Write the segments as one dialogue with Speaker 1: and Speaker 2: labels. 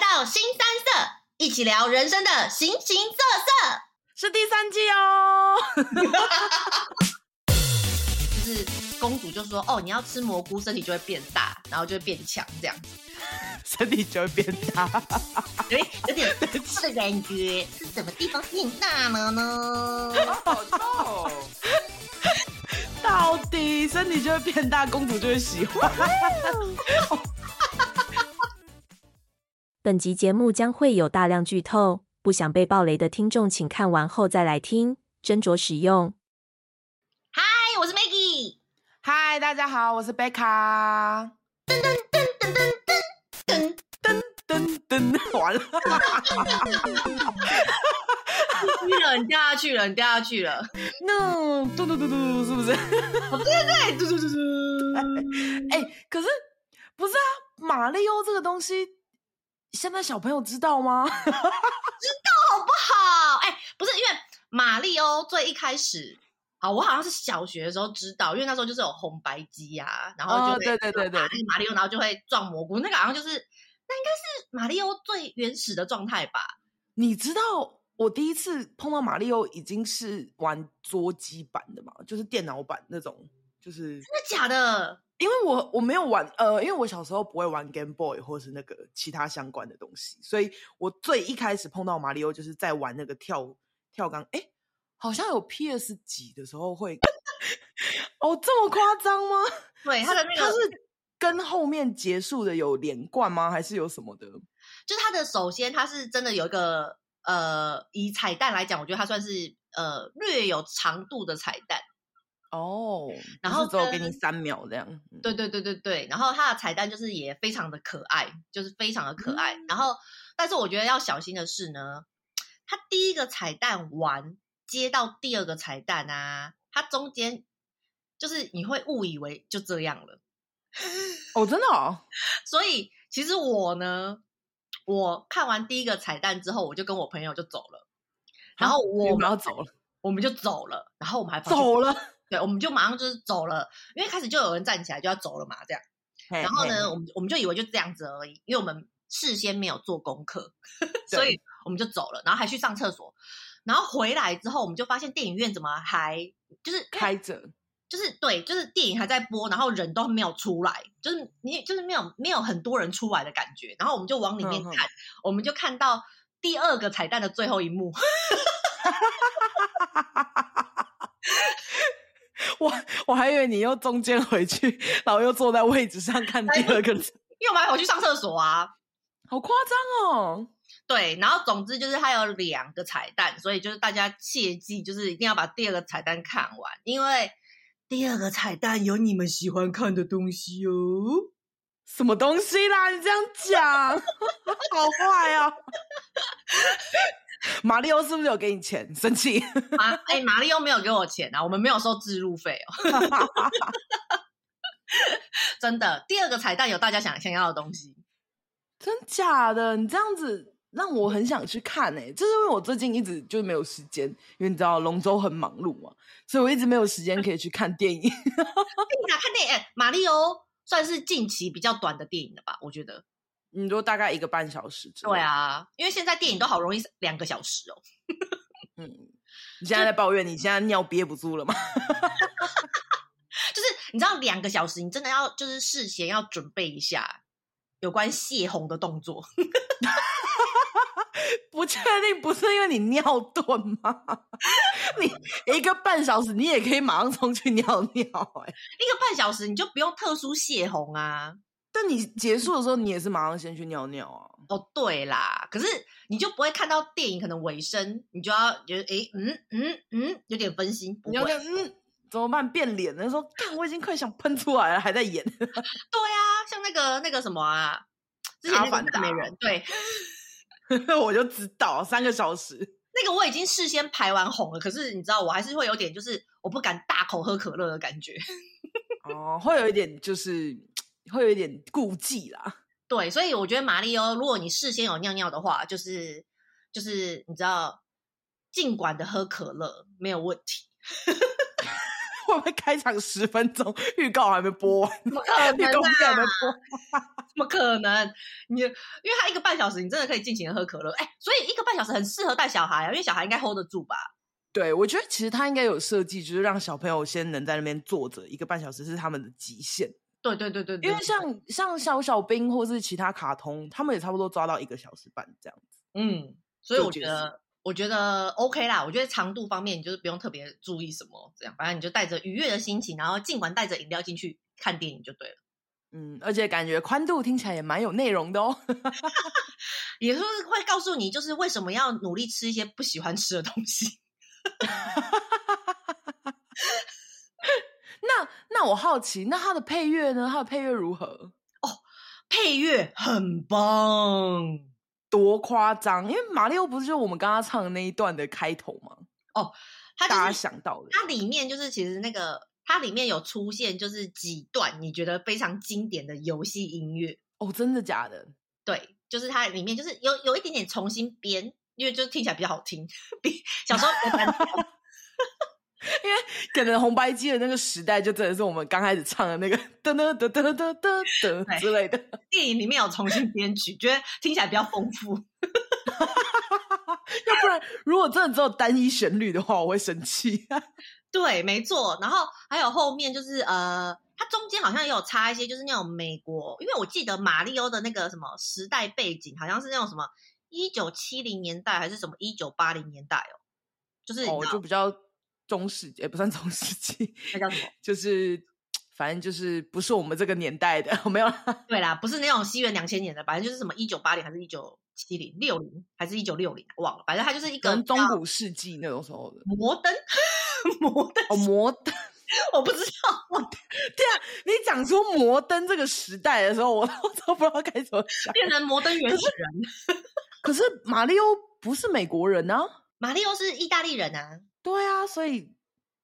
Speaker 1: 到新三色，一起聊人生的形形色
Speaker 2: 是第三季哦。
Speaker 1: 色。就是公主就说：“哦，你要吃蘑菇，身体就会变大，然后就会变强，这样子。
Speaker 2: 身体就会变大，
Speaker 1: 有点哎有点这个感觉是什么地方变大了 呢？
Speaker 3: 好臭！
Speaker 2: 到底身体就会变大，公主就会喜欢。
Speaker 4: 本集节目将会有大量剧透，不想被暴雷的听众请看完后再来听，斟酌使用。
Speaker 1: 嗨，我是 Maggie。
Speaker 2: 嗨，大家好，我是贝卡。
Speaker 1: 噔
Speaker 2: 噔噔，完了，
Speaker 1: 你了，你掉下去了，你掉下去了。
Speaker 2: no，嘟嘟嘟嘟，是不是？
Speaker 1: 哎，嘟嘟嘟嘟，
Speaker 2: 哎、可是不是啊？马里奥这个东西，现在小朋友知道吗？
Speaker 1: 好，哎，不是因为马里欧最一开始。”好，我好像是小学的时候知道，因为那时候就是有红白机呀、然后就
Speaker 2: 哦
Speaker 1: 会
Speaker 2: 对对对
Speaker 1: 打
Speaker 2: 对
Speaker 1: 那个马里欧，然后就会撞蘑菇，那个好像就是那应该是马里欧最原始的状态吧？
Speaker 2: 你知道我第一次碰到马里奥已经是玩桌机版的嘛，就是电脑版那种，就是
Speaker 1: 真的假的？
Speaker 2: 因为我我没有玩，呃，因为我小时候不会玩 Game Boy 或是那个其他相关的东西，所以我最一开始碰到马里奥就是在玩那个跳跳钢，哎、好像有 PS 几的时候会， 哦，这么夸张吗？
Speaker 1: 对，啊他的那
Speaker 2: 它
Speaker 1: 个
Speaker 2: 是跟后面结束的有连贯吗？还是有什么的？
Speaker 1: 就是他的，首先他是真的有一个呃，以彩蛋来讲，我觉得他算是呃略有长度的彩蛋。
Speaker 2: 哦，
Speaker 1: 然
Speaker 2: 不是
Speaker 1: 后
Speaker 2: 只有给你
Speaker 1: 跟
Speaker 2: 三秒这样，嗯
Speaker 1: 对对对对对，然后它的彩蛋就是也非常的可爱，就是非常的可爱。
Speaker 2: 嗯
Speaker 1: 然后，但是我觉得要小心的是呢，它第一个彩蛋完接到第二个彩蛋啊，它中间就是你会误以为就这样了。
Speaker 2: 哦，真的哦。
Speaker 1: 所以其实我呢，我看完第一个彩蛋之后，我就跟我朋友就走了，然
Speaker 2: 啊
Speaker 1: 后我
Speaker 2: 我们
Speaker 1: 们
Speaker 2: 要走了，
Speaker 1: 我们就走了，然后我们还跑去
Speaker 2: 走了。
Speaker 1: 对，我们就马上就是走了，因为开始就有人站起来就要走了嘛，这样。
Speaker 2: 然
Speaker 1: 然后呢，我们我们就以为就这样子而已，因为我们事先没有做功 课，所以我们就走了，然后还去上厕所，然后回来之后，我们就发现电影院怎么还就是
Speaker 2: 开着，
Speaker 1: 就是对，就是电影还在播，然后人都没有出来，就是你就是没有没有很多人出来的感觉，然后我们就往里面
Speaker 2: 嗯嗯
Speaker 1: 看，我们就看到第二个彩蛋的最后一幕，
Speaker 2: 我我还以为你又中间回去，然后又坐在位置上看第二
Speaker 1: 因
Speaker 2: 个，
Speaker 1: 为我们还回去上厕所啊，
Speaker 2: 哎 好夸张哦！
Speaker 1: 对，然后总之就是它有两个彩蛋，所以就是大家切记，就是一定要把第二个彩蛋看完，因为第二个彩蛋有你们喜欢看的东西哦。
Speaker 2: 什么东西啦？你这样讲， 好坏哦！马里奥是不是有给你钱？生气？
Speaker 1: 马哎、马里奥没有给我钱啊，我们没有收置入费哦，真的。第二个彩蛋有大家想想要的东西，
Speaker 2: 真假的？你这样子让我很想去看诶、就是因为我最近一直就没有时间，因为你知道龙舟很忙碌嘛，所以我一直没有时间可以去看电影。
Speaker 1: 你看电影，哎马里奥算是近期比较短的电影了吧？我觉得。
Speaker 2: 你说大概一个半小时之类
Speaker 1: 对，啊，因为现在电影都好容易两个小时哦。
Speaker 2: 你现在在抱怨你现在尿憋不住了吗？
Speaker 1: 就是你知道两个小时，你真的要就是事先要准备一下有关泄洪的动作。
Speaker 2: 不确定，不是因为你尿遁吗？ 你一个半小时，你也可以马上冲去尿尿、哎，
Speaker 1: 一个半小时你就不用特殊泄洪啊。
Speaker 2: 但你结束的时候，你也是马上先去尿尿啊。
Speaker 1: 哦，对啦，可是你就不会看到电影可能尾声，你就要觉得诶，嗯嗯嗯，有点分心。不
Speaker 2: 你要
Speaker 1: 会
Speaker 2: 尿，嗯，怎么办？变脸了，说看我已经快想喷出来了，还在演。
Speaker 1: 对啊，像那个那个什么啊，之前
Speaker 2: 阿
Speaker 1: 那
Speaker 2: 凡
Speaker 1: 个
Speaker 2: 达
Speaker 1: 美人，对，
Speaker 2: 我就知道三个小时，
Speaker 1: 那个我已经事先排完红了，可是你知道我还是会有点就是我不敢大口喝可乐的感觉。
Speaker 2: 哦，会有一点就是会有一点顾忌 啦。
Speaker 1: 对，所以我觉得马里欧，如果你事先有尿尿的话，就是就是你知道，尽管的喝可乐没有问题。
Speaker 2: 会不会开场十分钟预告还没播完？
Speaker 1: 怎么可
Speaker 2: 预
Speaker 1: 能
Speaker 2: 告片还没
Speaker 1: 啊？
Speaker 2: 播完，
Speaker 1: 怎么可能？你因为他一个半小时，你真的可以尽情的喝可乐，哎、所以一个半小时很适合带小孩啊，因为小孩应该 hold 得住吧？
Speaker 2: 对，我觉得其实他应该有设计，就是让小朋友先能在那边坐着一个半小时是他们的极限，
Speaker 1: 对对对对对，
Speaker 2: 因为像像小小兵或是其他卡通，他们也差不多抓到一个小时半这样子。
Speaker 1: 嗯，所以
Speaker 2: 就
Speaker 1: 我
Speaker 2: 解
Speaker 1: 觉
Speaker 2: 释
Speaker 1: 得，我觉得 OK 啦。我觉得长度方面，你就是不用特别注意什么，这样反正你就带着愉悦的心情，然后尽管带着饮料进去看电影就对了。
Speaker 2: 嗯，而且感觉宽度听起来也蛮有内容的哦。
Speaker 1: 也就是会告诉你，就是为什么要努力吃一些不喜欢吃的东西。
Speaker 2: 那那我好奇，那它的配乐呢？它的配乐如何？
Speaker 1: 配乐很棒
Speaker 2: 多夸张？因为马里奥不是就我们刚刚唱的那一段的开头吗？
Speaker 1: 哦，它
Speaker 2: 大
Speaker 1: 就
Speaker 2: 家
Speaker 1: 是
Speaker 2: 想到的，
Speaker 1: 它里面就是其实那个它里面有出现就是几段你觉得非常经典的游戏音乐，
Speaker 2: 哦，真的假的？
Speaker 1: 对，就是它里面就是有有一点点重新编，因为就听起来比较好听， 比小时候比较单调。
Speaker 2: 可能红白机的那个时代，就真的是我们刚开始唱的那个 噔噔噔噔噔
Speaker 1: 对
Speaker 2: 噔噔之类的。
Speaker 1: 电影里面有重新编曲，觉得听起来比较丰 富。
Speaker 2: 要不然，如果真的只有单一旋律的话，我会生气。
Speaker 1: 对，没错。然后还有后面就是呃，它中间好像也有插一些，就是那种美国，因为我记得马里欧的那个什么时代背景，好像是那种什么一九七零年代还是什么一九八零年代哦，就是你
Speaker 2: 哦，
Speaker 1: 知
Speaker 2: 就
Speaker 1: 道
Speaker 2: 比较中世纪，也不算中世纪，
Speaker 1: 那叫什么？
Speaker 2: 就是反正就是不是我们这个年代的， 没有啦。
Speaker 1: 对啦，不是那种西元两千年的，反正就是什么一九八零还是一九七零六零还是一九六零，忘了，反正它就是一
Speaker 2: 可
Speaker 1: 个
Speaker 2: 能
Speaker 1: 比
Speaker 2: 中
Speaker 1: 较
Speaker 2: 古世纪那种时候 的。
Speaker 1: 摩登 摩登，
Speaker 2: 哦，摩登！
Speaker 1: 我不知道。
Speaker 2: 你讲出摩登这个时代的时候，我都都不知道该怎么讲。
Speaker 1: 变成摩登原始人，
Speaker 2: 可是马里奥不是美国人啊，
Speaker 1: 马里欧是意大利人啊。
Speaker 2: 对啊，所以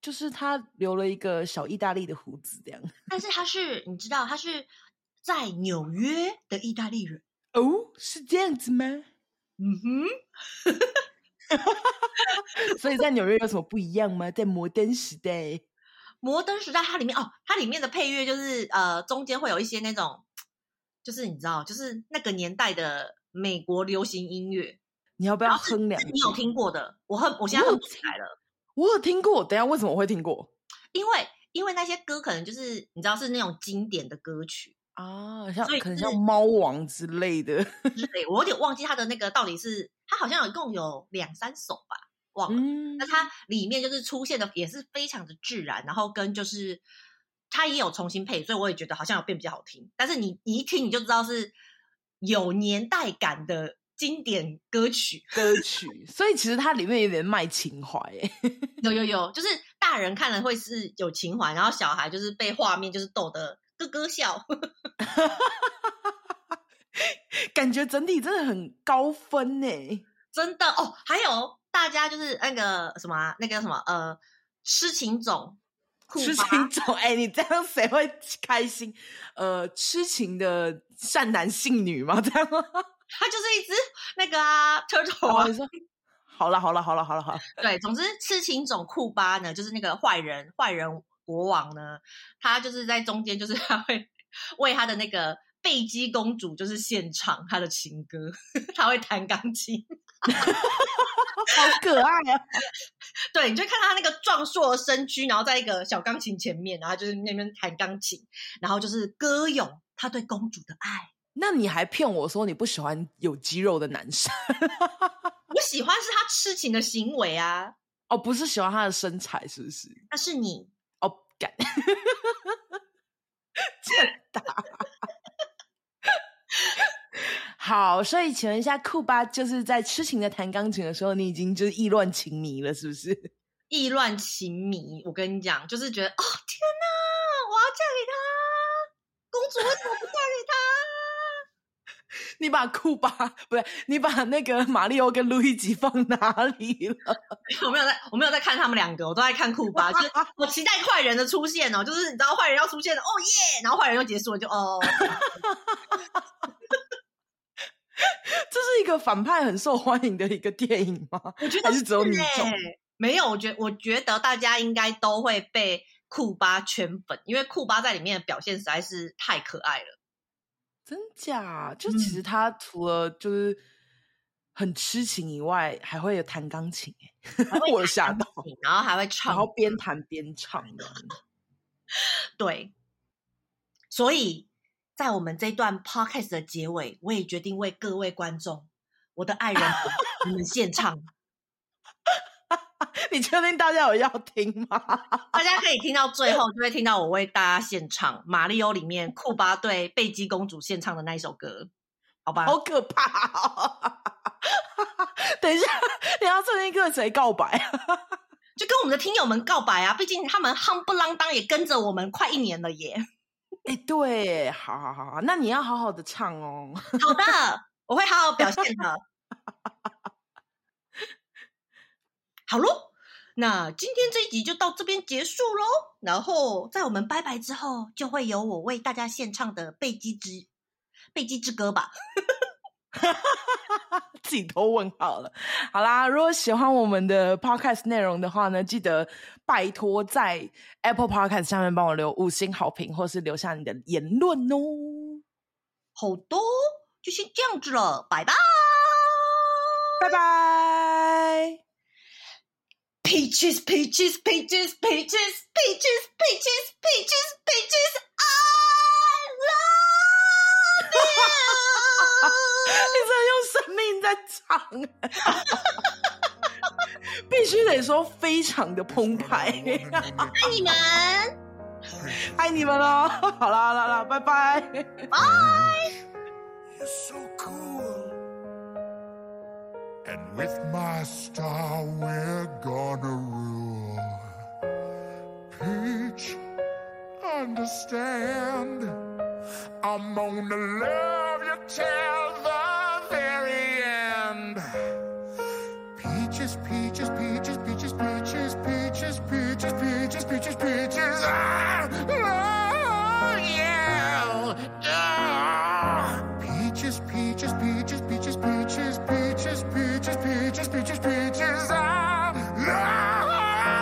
Speaker 2: 就是他留了一个小意大利的胡子这样。
Speaker 1: 但是他是，你知道，他是在纽约的意大利人。
Speaker 2: 哦，是这样子吗？
Speaker 1: 嗯哼，
Speaker 2: 所以在纽约有什么不一样吗？在摩登时代，
Speaker 1: 摩登时代它里面哦，它里面的配乐就是呃，中间会有一些那种，就是你知道，就是那个年代的美国流行音乐，
Speaker 2: 你要不
Speaker 1: 然
Speaker 2: 要
Speaker 1: 后是
Speaker 2: 哼两
Speaker 1: 是你有
Speaker 2: 句？
Speaker 1: 听过的？我哼，我现在
Speaker 2: 我有
Speaker 1: 哼不起来了，
Speaker 2: 我有听过，等一下为什么我会听过
Speaker 1: 因为因为那些歌可能就是你知道是那种经典的歌曲
Speaker 2: 啊？像
Speaker 1: 所以
Speaker 2: 可能
Speaker 1: 就是
Speaker 2: 像猫王之类的，
Speaker 1: 之类，我有点忘记它的那个到底是，它好像一共有两三首吧，忘了。
Speaker 2: 嗯
Speaker 1: 那它里面就是出现的也是非常的自然，然后跟就是它也有重新配，所以我也觉得好像有变比较好听。但是你你一听你就知道是有年代感的经典歌曲，
Speaker 2: 歌曲，所以其实它里面有点卖情怀 欸。
Speaker 1: 有有有，就是大人看了会是有情怀，然后小孩就是被画面就是逗得咯咯笑。
Speaker 2: 感觉整体真的很高分呢。
Speaker 1: 真的哦，还有大家就是那个什么啊、那个什么呃，痴情种酷
Speaker 2: 痴
Speaker 1: 吧
Speaker 2: 情种，哎、你这样谁会开心？呃，痴情的善男信女吗？这 样吗？
Speaker 1: 它就是一只那个 啊 turtle 啊
Speaker 2: 哦，你说好了，好了，好了，好了，好了，
Speaker 1: 对，总之，痴情种库巴呢，就是那个坏人，坏人国王呢，他就是在中间，就是他会为他的那个贝基公主，就是献唱他的情歌， 他会弹钢琴。
Speaker 2: 好可爱啊！
Speaker 1: 对，你就看他那个壮硕的身躯，然后在一个小钢琴前面，然后就是那边弹钢琴，然后就是歌咏他对公主的爱。
Speaker 2: 那你还骗我说你不喜欢有肌肉的男生？
Speaker 1: 我喜欢是他痴情的行为啊，
Speaker 2: 哦，不是喜欢他的身材，是不是？
Speaker 1: 那是你
Speaker 2: 哦，干， 真打。好，所以请问一下，库巴就是在痴情的弹钢琴的时候，你已经就是意乱情迷了，是不是？
Speaker 1: 意乱情迷，我跟你讲，就是觉得哦天哪，我要嫁给他，公主为什么不嫁给他？
Speaker 2: 你把库巴不对，你把那个马里奥跟路易吉放哪里了？
Speaker 1: 我没有在，我没有在看他们两个，我都在看库巴，就是我期待坏人的出现哦，就是你知道坏人要出现了，哦耶，然后坏人又结束了，就 哦，
Speaker 2: 这是一个反派很受欢迎的一个电影吗？
Speaker 1: 我觉得
Speaker 2: 还是只有女
Speaker 1: 耶
Speaker 2: 众？
Speaker 1: 没有，我觉我觉得大家应该都会被库巴圈粉，因为库巴在里面的表现实在是太可爱了。
Speaker 2: 真假？就其
Speaker 1: 嗯
Speaker 2: 实他除了就是很痴情以外，还会弹钢琴、欸，
Speaker 1: 还会
Speaker 2: 我
Speaker 1: 弹
Speaker 2: 吓
Speaker 1: 钢
Speaker 2: 到，
Speaker 1: 琴然后还会唱
Speaker 2: 然后边弹边唱的。
Speaker 1: 对，所以在我们这段 podcast 的结尾，我也决定为各位观众，我的爱人们，你们献唱，
Speaker 2: 你确定大家有要听 吗？
Speaker 1: 大家可以听到最后，就会听到我为大家献唱《马里欧》里面库巴对贝基公主献唱的那一首歌，好吧？
Speaker 2: 好可怕、哦！ 等一下，你要最近跟谁告白啊？
Speaker 1: 就跟我们的听友们告白啊，毕竟他们夯不啷当也跟着我们快一年了耶。
Speaker 2: 哎、对，好好好好，那你要好好的唱哦。
Speaker 1: 好的，我会好好表现的。好喽，那今天这一集就到这边结束喽。然后在我们拜拜之后，就会有我为大家献唱的《贝基之贝基之歌》吧。
Speaker 2: 自己都问好了。好啦，如果喜欢我们的 podcast 内容的话呢，记得拜托在 Apple Podcast 下面帮我留五星好评，或是留下你的言论哦。
Speaker 1: 好的，就先这样子了，拜拜
Speaker 2: 拜拜。
Speaker 1: ！Peaches, peaches, peaches, peaches, peaches, peaches, peaches, peaches, I love you
Speaker 2: 你。真的用生命在唱，啊必须得说非常的澎湃。
Speaker 1: 爱你们。
Speaker 2: 爱你们喽！好啦好啦好啦，拜拜。
Speaker 3: You're so cool. And with my star, we're gonna rule. Peach, understand. I'm gonna love you till the very end. Peaches, peaches, peaches, peaches, peaches, peaches, peaches, peaches, peaches, peaches. Ah, oh, yeah. Ah. Peaches, peaches, peaches, peaches, peaches, peaches, peaches, peaches, peaches, peaches. I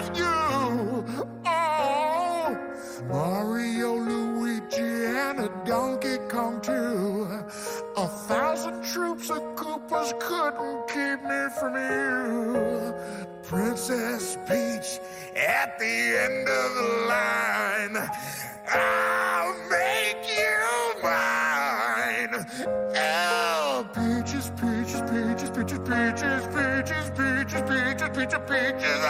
Speaker 3: love you. Oh, Mario, Luigi, and a Donkey Kong too. A thousand troops of Koopas couldn't keep me from you. Princess Peach at the end of the line. I'll make you mine. Oh, peaches, peaches, peaches, peaches, peaches, peaches, peaches, peaches, peaches, peaches. I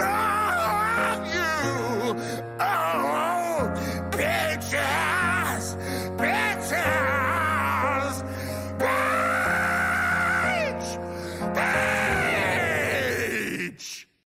Speaker 3: love you. Oh, peaches, peaches, peach, peach.